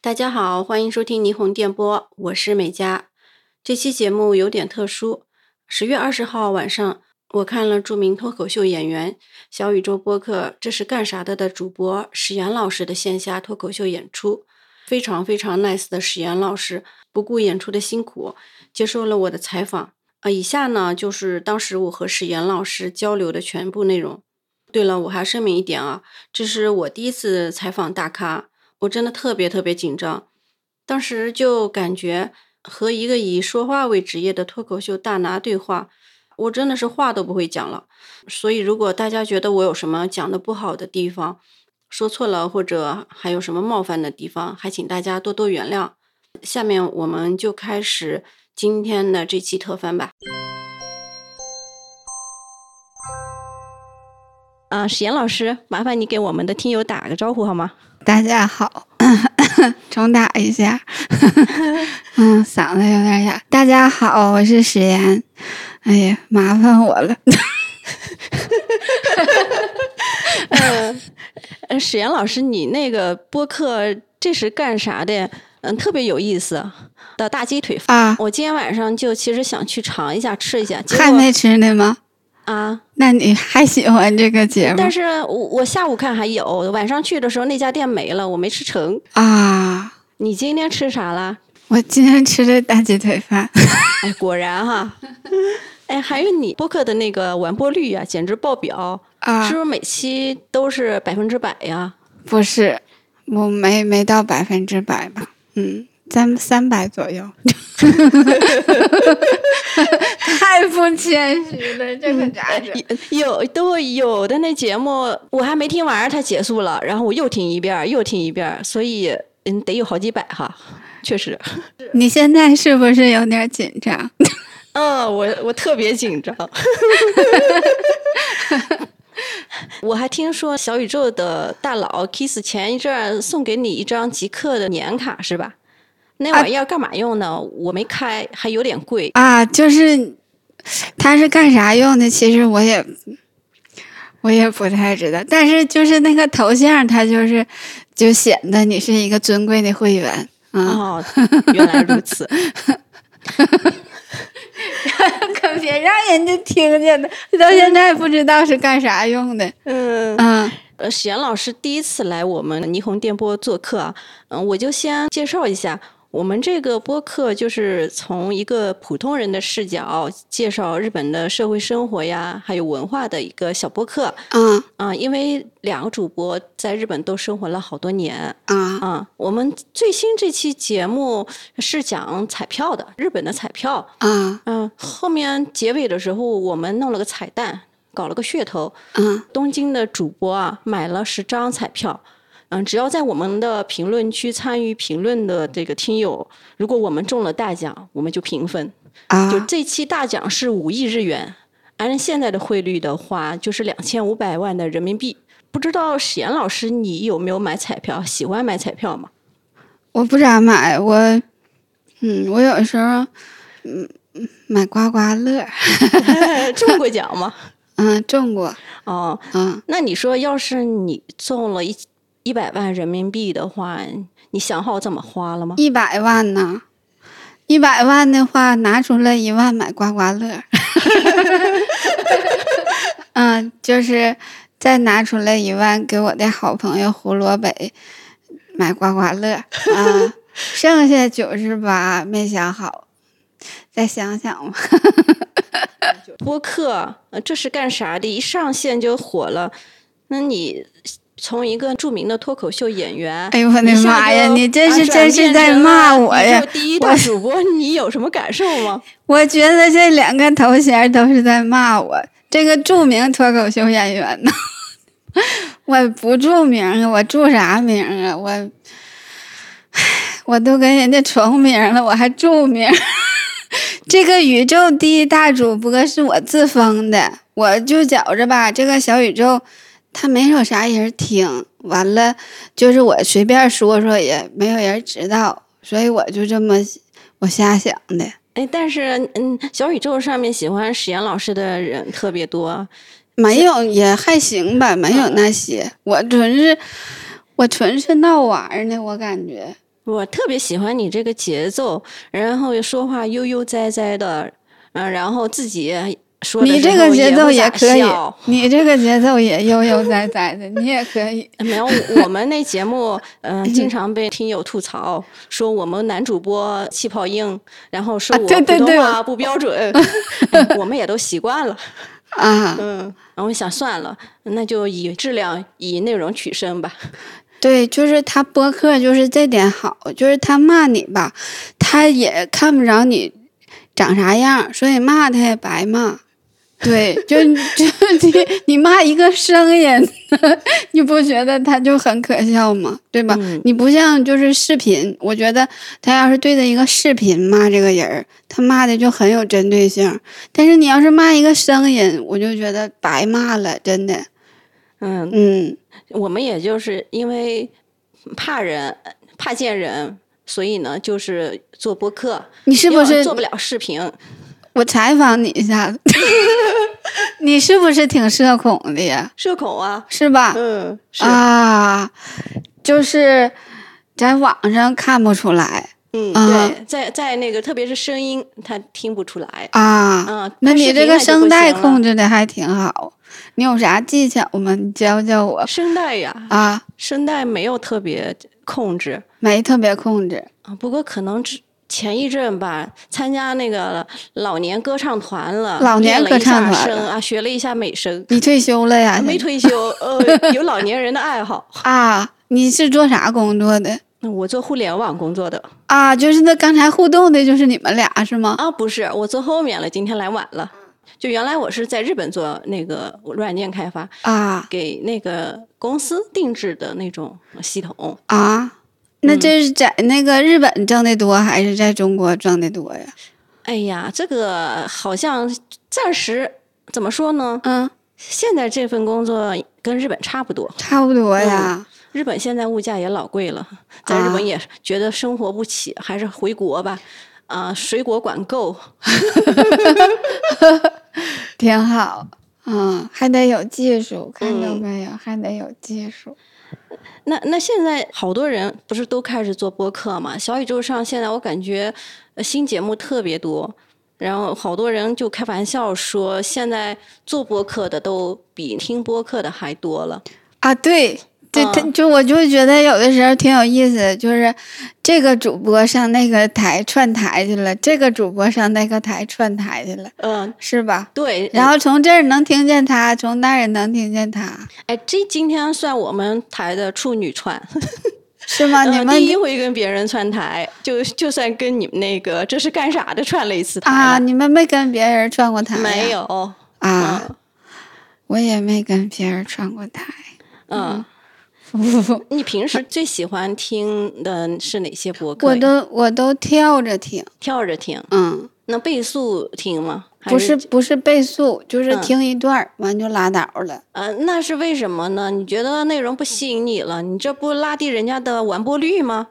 大家好，欢迎收听霓虹电波，我是美嘉。这期节目有点特殊，十月二十号晚上，我看了著名脱口秀演员、小宇宙播客《这是干啥的》的主播史岩老师的线下脱口秀演出。非常非常 nice 的史岩老师，不顾演出的辛苦，接受了我的采访。啊，以下呢就是当时我和史岩老师交流的全部内容。对了，我还声明一点啊，这是我第一次采访大咖，我真的特别特别紧张。当时就感觉和一个以说话为职业的脱口秀大拿对话，我真的是话都不会讲了。所以，如果大家觉得我有什么讲的不好的地方，说错了或者还有什么冒犯的地方，还请大家多多原谅。下面我们就开始今天的这期特番吧。啊、史岩老师，麻烦你给我们的听友打个招呼好吗？大家好， 重打一下， 嗯，嗓子有点哑。大家好，我是史岩。哎呀，麻烦我了。呃，呃史岩老师，你那个播客这是干啥的？嗯，特别有意思的大鸡腿饭。啊，我今天晚上就其实想去尝一下吃一下，结还果没吃呢吗？啊，那你还喜欢这个节目但是我我下午看还有，晚上去的时候那家店没了，我没吃成。啊？你今天吃啥啦？我今天吃的大鸡腿饭，哎，果然哈， 哎，还有你播客的那个完播率啊，简直爆表！啊是不是每期都是百分之百呀？不是，我没没到百分之百吧？嗯，咱三百左右。 太不谦虚了，这可咋整？有都有的那节目我还没听完，它结束了，然后我又听一遍儿，又听一遍儿，所以嗯，得有好几百 哈，确实。你现在是不是有点紧张？嗯，我我特别紧张。 我还听说小宇宙的大佬 Kiss 前一阵儿送给你一张极客的年卡是吧？那玩意儿干嘛用呢？我没开，还有点贵。啊，就是它是干啥用的？其实我也我也不太知道，但是就是那个头像，它就是就显得你是一个尊贵的会员。嗯，哦，原来如此。 可别让人家听见的，到现在不知道是干啥用的。 嗯，嗯呃，史岩老师第一次来我们霓虹电波做客啊，嗯，我就先介绍一下，我们这个播客就是从一个普通人的视角介绍日本的社会生活呀，还有文化的一个小播客嗯啊、因为两个主播在日本都生活了好多年啊啊、我们最新这期节目是讲彩票的，日本的彩票。啊嗯，后面结尾的时候我们弄了个彩蛋，搞了个噱头。啊东京的主播啊买了十张彩票，嗯，只要在我们的评论区参与评论的这个听友，如果我们中了大奖，我们就平分。就啊！这期大奖是五亿日元，按现在的汇率的话，就是两千五百万的人民币。不知道史岩老师，你有没有买彩票？喜欢买彩票吗？ 我不咋买，我嗯，我有时候嗯买刮刮乐，中过奖吗？嗯，中过，哦，嗯。那你说，要是你中了一一百万人民币的话，你想好怎么花了吗？一百万呢？一百万的话，拿出了一万买刮刮乐。 嗯，就是再拿出了一万给我的好朋友胡萝卜买刮刮乐啊、剩下九十八没想好，再想想吧。播客，呃，这是干啥的？一上线就火了。那你从一个著名的脱口秀演员，哎呦我的一下妈呀就你这是啊转真是变在成了骂我呀宇宙第一大主播，你有什么感受吗？ 我觉得这两个头衔都是在骂我。这个著名脱口秀演员呢， 我不著名啊，我著啥名啊？我，唉我都跟人家重名了，我还著名。 这个宇宙第一大主播是我自封的，我就觉着吧，这个小宇宙，它没有啥人听，完了就是我随便说说也没有人知道，所以我就这么我瞎想的。哎，但是，嗯，小宇宙上面喜欢史岩老师的人特别多，啊没有，也还行嗯吧，没有那些。我纯是，我纯是闹玩儿呢，我感觉。我特别喜欢你这个节奏，然后说话悠悠哉哉的，嗯、然后自己说的你时这个候节也奏不咋也可以笑，你这个节奏也悠悠哉哉的，你也可 以。没有，我们那节目， 嗯、经常被听友吐槽说我们男主播气泡硬，然后说啊我对普对通对话不标 准，哎我们也都习惯了。啊，嗯，然后想算了，那就以质量以内容取胜吧。对，就是他播客就是这点好，就是他骂你吧，他也看不着你长啥样，所以骂他也白骂。对，就就你 你骂一个声音， 你不觉得他就很可笑吗？对吧？嗯你不像就是视频，我觉得他要是对着一个视频骂这个人儿，他骂的就很有针对性。但是你要是骂一个声音，我就觉得白骂了，真的。嗯，嗯，我们也就是因为怕人，怕见人，所以呢，就是做播客，你是因为不我是做不了视频？我采访你一下 子，你是不是挺社恐的呀？社恐啊，是吧？嗯，是，啊，就是在网上看不出来嗯，啊对，在在那个，特别是声音，他听不出来。啊。嗯，那你这个声带控制？制的还挺好，你有啥技巧吗？你教教我声带呀，啊。声带没有特别控制没特别控制啊，不过可能只前一阵吧，参加那个老年歌唱团了，老年练了歌一下唱团声啊，学了一下美声，你退休了呀？啊没退休，呃，有老年人的爱好。啊？你是做啥工作的那我做互联网工作的啊？就是那刚才互动的，就是你们俩是吗？啊，不是，我坐后面了，今天来晚了。就原来我是在日本做那个软件开发，啊给那个公司定制的那种系统。啊，嗯那这是在那个日本挣的多，还是在中国挣的多呀？哎呀，这个好像暂时怎么说呢？嗯，现在这份工作跟日本差不多，差不多呀。日本现在物价也老贵了，在日啊本也觉得生活不起，还是回国吧。啊、水果管够，挺好。嗯，还得有技术，看嗯到没有？还得有技术。那那现在好多人不是都开始做播客嘛？小宇宙上现在我感觉呃新节目特别多，然后好多人就开玩笑说，现在做播客的都比听播客的还多了。啊，对，对，他嗯就我就觉得有的时候挺有意思的，就是这个主播上那个台串台去了，这个主播上那个台串台去了，嗯、是吧？对。然后从这儿能听见他，从那儿也能听见他，哎，这今天算我们台的处女串，是吗？你呃们啊第一回跟别人串台，就就算跟你们那个这是干啥的串了一次台啊，了你们没跟别人串过台呀？没有啊，嗯我也没跟别人串过台。嗯，你平时最喜欢听的是哪些播客我呀？都我都跳着听，跳着听，嗯，那倍速听吗？还不是不是倍速，就是嗯听一段儿完就拉倒了。呃，那是为什么呢？你觉得内容不吸引你了，你这不拉低人家的完播率吗？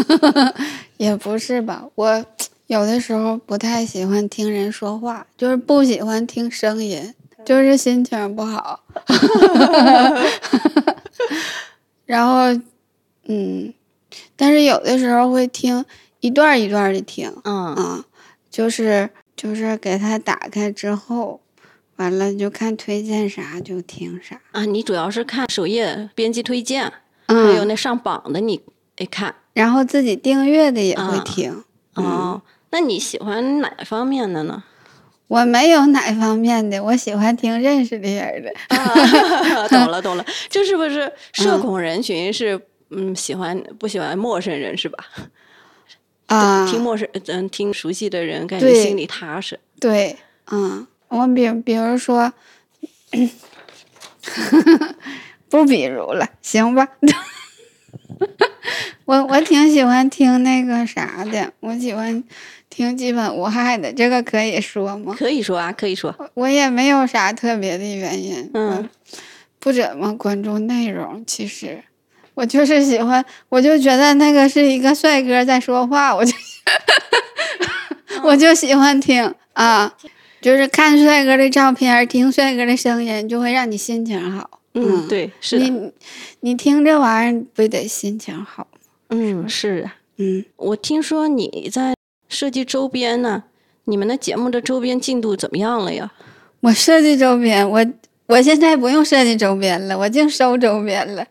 也不是吧，我有的时候不太喜欢听人说话，就是不喜欢听声音，就是心情不好。 然后，嗯，但是有的时候会听一段儿一段儿的听，嗯啊，就是就是给它打开之后，完了就看推荐啥就听啥。啊，你主要是看首页编辑推荐，还有嗯，那上榜的你得看然后自己订阅的也会啊听。哦。那你喜欢哪方面的 呢？ 我没有哪方面的，我喜欢听认识的人儿的。啊，懂了懂了，这是不是社恐人群是嗯喜欢不喜欢陌生人是吧？啊，听陌生嗯听熟悉的人，感觉对心里踏实。对，嗯，我比比如说， 不比如了，行吧。 我我挺喜欢听那个啥的，我喜欢听基本无害的，这个可以说吗？可以说啊，可以说。我我也没有啥特别的原因，嗯我不怎么关注内容。其实我就是喜欢，我就觉得那个是一个帅哥在说话，我就嗯 我就喜欢听啊，就是看帅哥的照片，听帅哥的声音，就会让你心情好。嗯嗯嗯，对，是的。你你听这玩意儿不得心情好吗？嗯，是的。嗯，我听说你在设计周边呢，你们的节目的周边进度怎么样了呀？我设计周边，我我现在不用设计周边了，我净收周边了。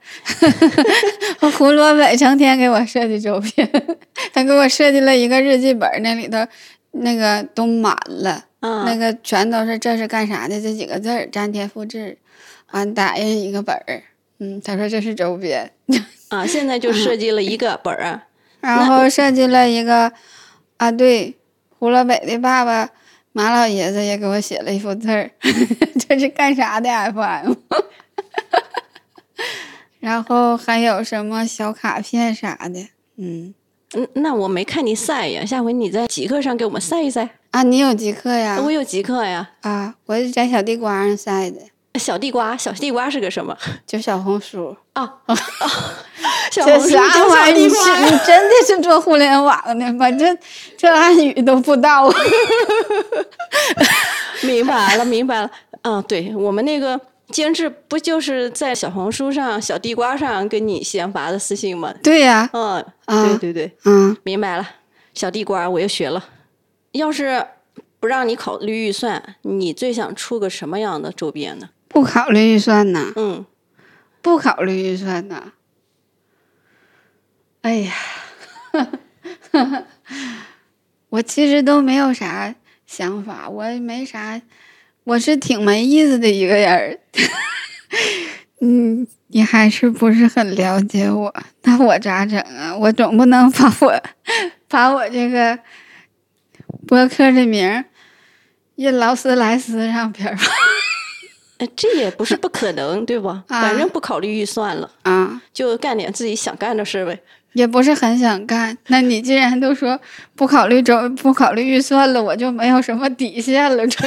我胡萝卜成天给我设计周边， 他给我设计了一个日记本，那里头那个都满了，啊、那个全都是这是干啥的这几个字儿，粘贴复制，完打印一个本儿。嗯，他说这是周边， 啊，现在就设计了一个本儿啊，然后设计了一个啊，对，胡萝卜的爸爸马老爷子也给我写了一幅字儿， 这是干啥的 FM？然后还有什么小卡片啥的，嗯，嗯， 那我没看你晒呀，下回你在极客上给我们晒一晒。啊，你有极客呀？我有极客呀，啊，我是在小地瓜上晒的，小地瓜，小地瓜是个什么？就小红书。 啊，啊小这红书啥叫小玩意儿？你地是瓜你真的是做互联网的吗？这这汉语都不到啊！ 明白了，明白了。啊，对我们那个监制不就是在小红书上、小地瓜上跟你先发的私信吗？对呀、嗯，啊对对对，嗯，明白了。小地瓜我又学了。要是不让你考虑预算，你最想出个什么样的周边呢？不考虑预算呐。嗯，不考虑预算呐。哎呀， 我其实都没有啥想法，我没啥，我是挺没意思的一个人儿。 嗯，你还是不是很了解我？那我咋整啊？我总不能把我 把我这个博客的名儿印劳斯莱斯上边儿吧？哎这也不是不可 能，对吧？反正不考虑预算了，啊。就干点自己想干的事呗。也不是很想干。那你既然都说不考虑周不考虑预算了，我就没有什么底线了。 这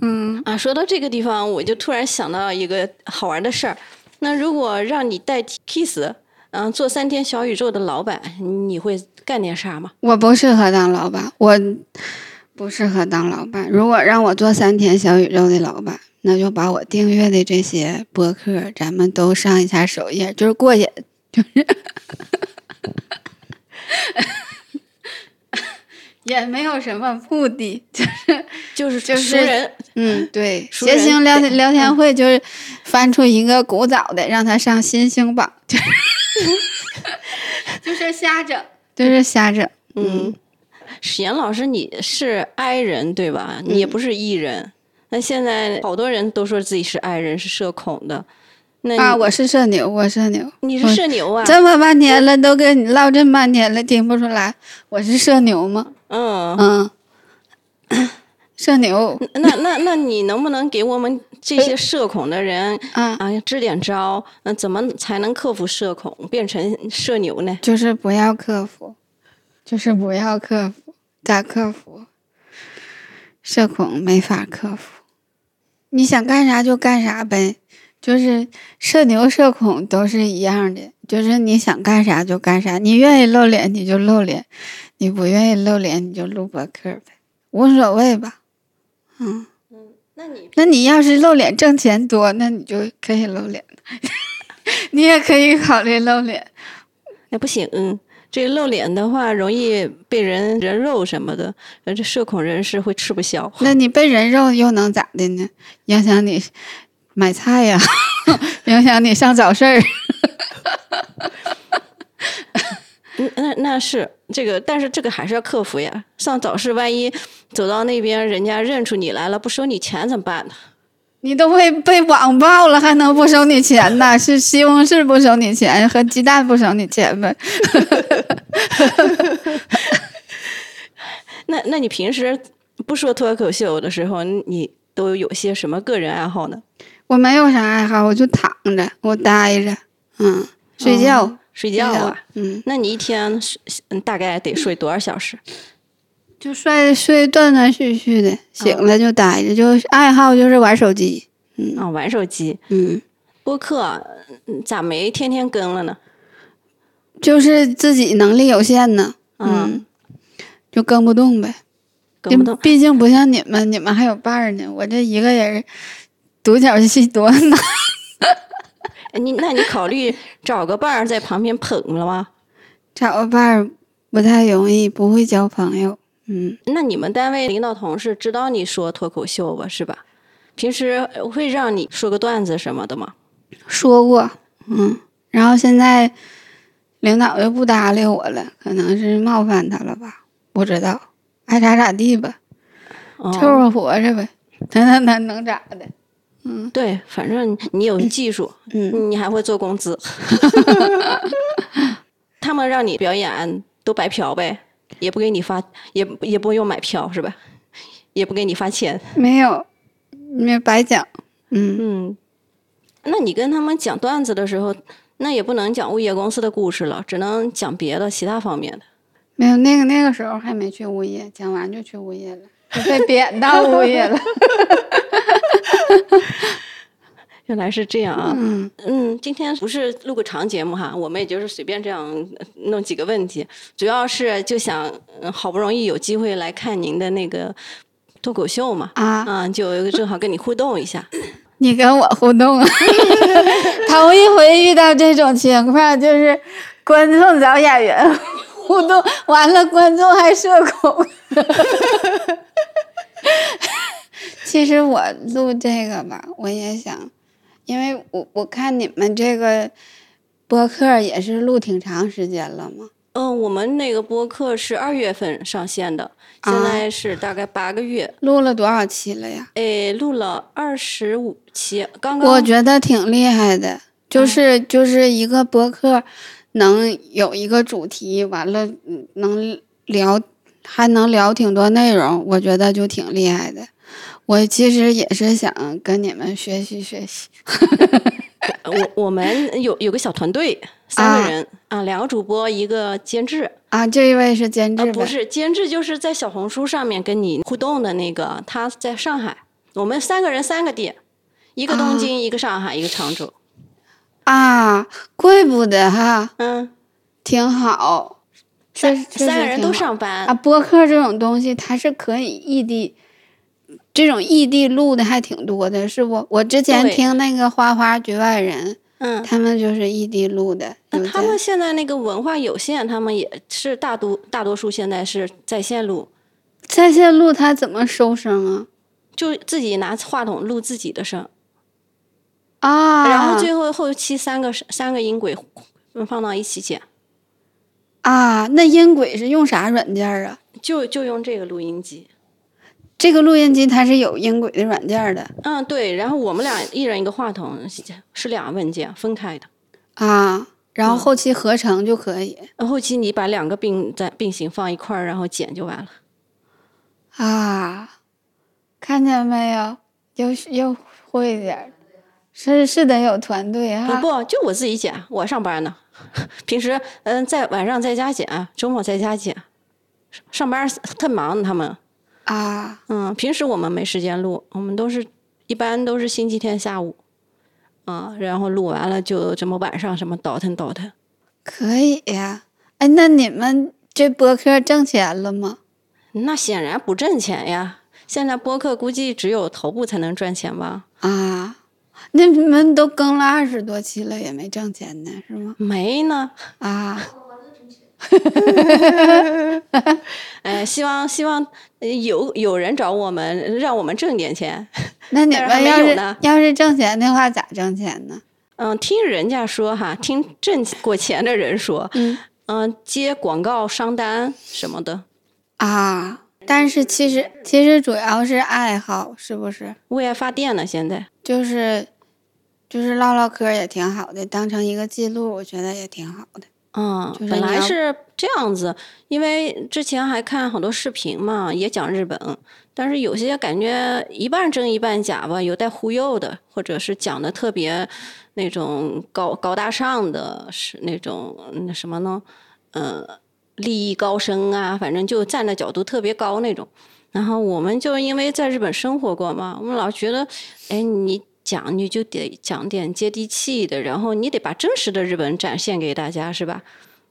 嗯啊，说到这个地方，我就突然想到一个好玩的事儿。那如果让你代替 Kiss，嗯、做三天小宇宙的老板，你会干点啥吗？我不适合当老板，我不适合当老板。如果让我做三天小宇宙的老板，那就把我订阅的这些播客，咱们都上一下首页，就是过瘾， 就是。也没有什么目的，就是就是熟人，嗯， 对，熟谐人星聊天聊天会就是翻出一个古早的，让他上新星榜， 就是就是瞎整，就是瞎整。嗯。史岩老师，你是 I 人对吧？你也嗯不是 E 人。那、现在好多人都说自己是 I 人，是社恐的。那你、啊，我是社牛，我社牛，你是社牛啊？这么半天了，都跟你唠这么半天了，听不出来我是社牛吗？嗯，嗯， 社牛，那那那你能不能给我们这些社恐的人嗯，啊，支点招，嗯，怎么才能克服社恐，变成社牛呢？就是不要克服，就是不要克服，咋克服？社恐没法克服，你想干啥就干啥呗，就是社牛社恐都是一样的，就是你想干啥就干啥，你愿意露脸你就露脸，你不愿意露脸你就录博客呗，无所谓吧。嗯，那你那你要是露脸挣钱多，那你就可以露脸， 你也可以考虑露脸。哎不行，嗯，这露脸的话容易被人人肉什么的，呃，这社恐人士会吃不消。 那你被人肉又能咋的呢？影响你买菜呀， 影响你上早市儿。 嗯那那是这个，但是这个还是要克服呀。上早市，万一走到那边，人家认出你来了，不收你钱怎么办呢？你都被被网暴了，还能不收你钱呢？是西红柿不收你钱，和鸡蛋不收你钱呗？那那你平时不说脱口秀的时候，你都有些什么个人爱好呢？我没有啥爱好，我就躺着，我待着，嗯，睡觉，睡睡觉啊。，嗯，那你一天睡嗯大概得睡多少小时？就睡睡断断续续的，醒了就待着，就是爱好就是玩手机，哦啊、玩手机。嗯。播客嗯咋没天天更了呢？就是自己能力有限呢，啊嗯，就跟不动呗，更不动。毕竟不像你们，你们还有伴儿呢，我这一个人儿独角戏多难。哎你那你考虑找个伴儿在旁边捧了吗？ 找个伴儿不太容易，不会交朋友。嗯，那你们单位领导同事知道你说脱口秀吧，是吧？平时会让你说个段子什么的吗？说过，嗯，然后现在领导就不搭理我了，可能是冒犯他了吧，不知道，爱咋咋地吧，哦凑合活着呗，那那那能咋的？嗯对，反正你有技术，嗯，你还会做工 资。 他们让你表演都白嫖呗，也不给你发，也不也不用买票是吧？也不给你发钱。没有，没有白讲，嗯，嗯，那你跟他们讲段子的时候，那也不能讲物业公司的故事了，只能讲别的其他方面的。没有那个那个时候还没去物业，讲完就去物业了，就被贬到物业了，原来是这样啊。嗯。 嗯，今天不是录个长节目哈，我们也就是随便这样呃弄几个问题，主要是就想，嗯好不容易有机会来看您的那个脱口秀嘛，啊啊、 就正好跟你互动一下。你跟我互动 啊！头一回遇到这种情况，就是观众找演员互动，完了观众还社恐。其实我录这个吧，我也想，因为我我看你们这个播客也是录挺长时间了嘛，嗯，我们那个播客是二月份上线的，现啊在是大概八个月，录了多少期了呀？诶，录了二十五期，刚刚嗯我觉得挺厉害的，就是、就是一个博客，能有一个主题，完了嗯能聊，还能聊挺多内容，我觉得就挺厉害的。我其实也是想跟你们学习学习。我我们有有个小团队，三啊个人啊两个主播，一个监制。啊，这一位是监制啊，呗？不是监制，就是在小红书上面跟你互动的那个，他在上海，我们三个人三个店，一个东京，一个上海，一个常州。啊，怪不得哈，嗯，挺好。这这三是个人挺都好上班啊，播客这种东西它是可以异地，这种异地录的还挺多的，是不？我之前对听那个花花局外人，嗯，他们就是异地录的，那有他在们现在那个文化有限，他们也是大多大多数现在是在线录，在线录他怎么收声就自己拿话筒录自己的声，啊？啊，然后最后后期三个三个音轨嗯放到一起剪，啊，那音轨是用啥软件儿啊？就就用这个录音机。这个录音机它是有音轨的软件儿的嗯，对，然后我们俩一人一个话筒，是两个文件分开的。啊，然嗯后后期合成就可以、后期你把两个并在并行放一块儿，然后剪就完了。啊，看见没有？又又会点儿，是是得有团队啊。不不，就我自己剪，我上班呢。 平时嗯，在晚上在家剪，周末在家剪。上上班特忙，他们啊嗯，平时我们没时间录，我们都是一般都是星期天下午，啊、然后录完了就这么晚上什么倒腾倒腾。，可以呀、哎，那你们这播客挣钱了吗？那显然不挣钱呀，现在播客估计只有头部才能赚钱吧？啊，那你们都更了二十多期了，也没挣钱呢，是吗？没呢， 啊，哎，希望希望呃有有人找我们，让我们挣点钱。那你但是们还没要有是呢要是挣钱的话，咋挣钱呢？嗯，听人家说哈，听挣过钱的人说，嗯嗯，接广告商单什么的，啊，但是其实其实主要是爱好，是不是？为爱发电呢。现在，就是就是唠唠嗑也挺好的，当成一个记录，我觉得也挺好的。嗯，就是本你来要是这样子，因为之前还看好多视频嘛，也讲日本，但是有些感觉一半真一半假吧，有带忽悠的，或者是讲的特别那种高高大上的，是那种那什么呢？呃，利益高升啊，反正就站的角度特别高那种。然后我们就因为在日本生活过嘛，我们老觉得，哎，你讲你就得讲点接地气的，然后你得把真实的日本展现给大家，是吧？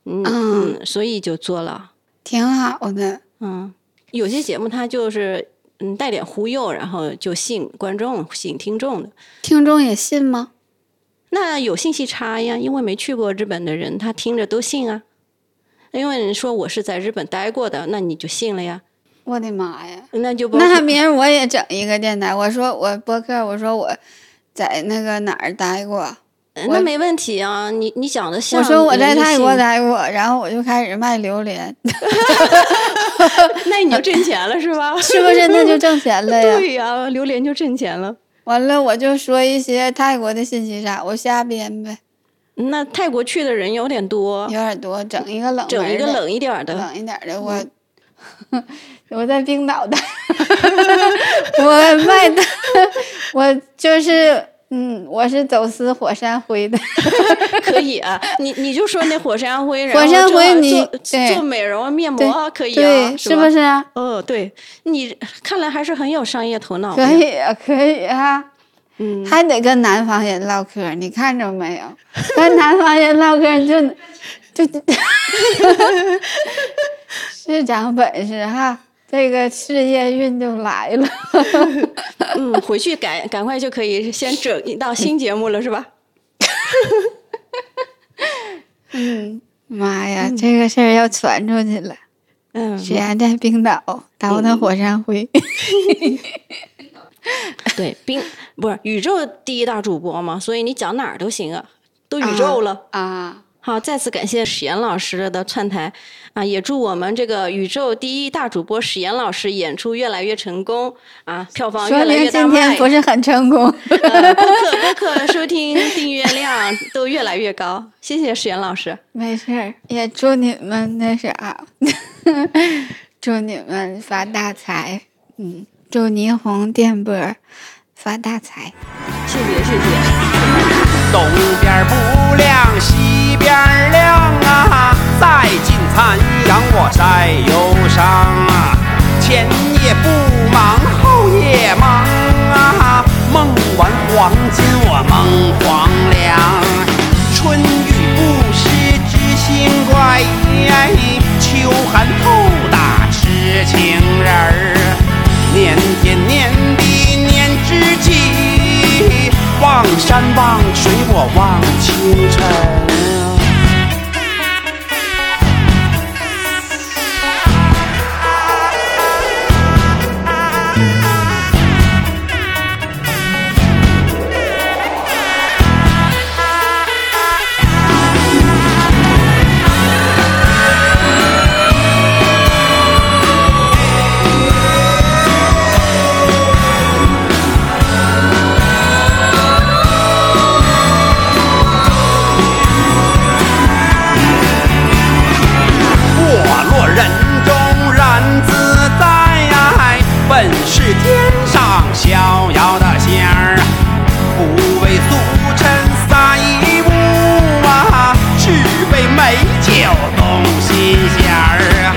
嗯嗯嗯，所以就做了。挺好的嗯，有些节目它就是嗯带点忽悠，然后就吸引观众、吸引听众的。听众也信吗？那有信息差呀，因为没去过日本的人，他听着都信啊。因为你说我是在日本待过的，那你就信了呀。我的妈呀！那就包括那还明儿我也整一个电台，我说我播客，我说我在那个哪儿待过，呃那没问题啊。你你讲的像，我说我在人家泰信国 待过，然后我就开始卖榴莲，那你就挣钱了是吧？ 是不是？那就挣钱了呀。对呀、榴莲就挣钱了。完了，我就说一些泰国的信息啥，我瞎编呗，那泰国去的人有点多有，点多，整一个冷门整一个的冷一点儿的。嗯冷一点儿的。我我在冰岛的，我卖的，我就是嗯，我是走私火山灰的。 可以啊，你你就说那火山灰，然火后山正灰好你做对做美容啊面膜对啊可以啊，对，是不吧？是啊？哦，对你看来还是很有商业头脑的。可以啊，可以啊，嗯，还得跟南方人唠嗑，你看着没有？跟南方人唠嗑你就就 是长本事哈，这个事业运就来了。 嗯，回去赶赶快就可以先整一档新节目了，是吧？嗯，妈呀，这个事儿要传出去了，嗯，沈阳在冰岛倒腾火山灰，对，冰不是宇宙第一大主播嘛，所以你讲哪儿都行啊，都宇宙了。啊，好，再次感谢史岩老师的串台啊，也祝我们这个宇宙第一大主播史岩老师演出越来越成功啊，票房说越来明越大今天卖，不是很成功。呃播客播客收听订阅量都越来越高，谢谢史岩老师。没事儿，也祝你们那啥， 祝你们发大财。嗯，祝霓虹电波发大财。谢谢谢谢。东边儿不亮西边儿亮啊，再进餐鱼堂我晒忧伤啊，前夜不忙后夜忙啊，梦完黄金我梦黄粱，啊春雨不湿知心怪，哎秋寒透打痴情人儿。年天年地年知己，望山望水我望清晨。没落人中然自在呀，本是天上逍遥的仙儿，不为俗尘撒一物啊，只为美酒动心弦儿。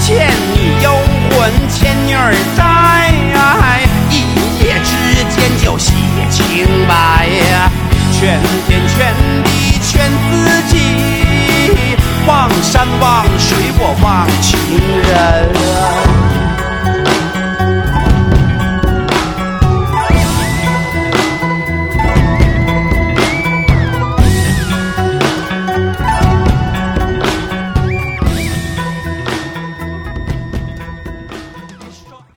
倩女幽魂，倩女儿债呀，一夜之间就洗清白呀，全天全地全自己。望山望水，我望情人。啊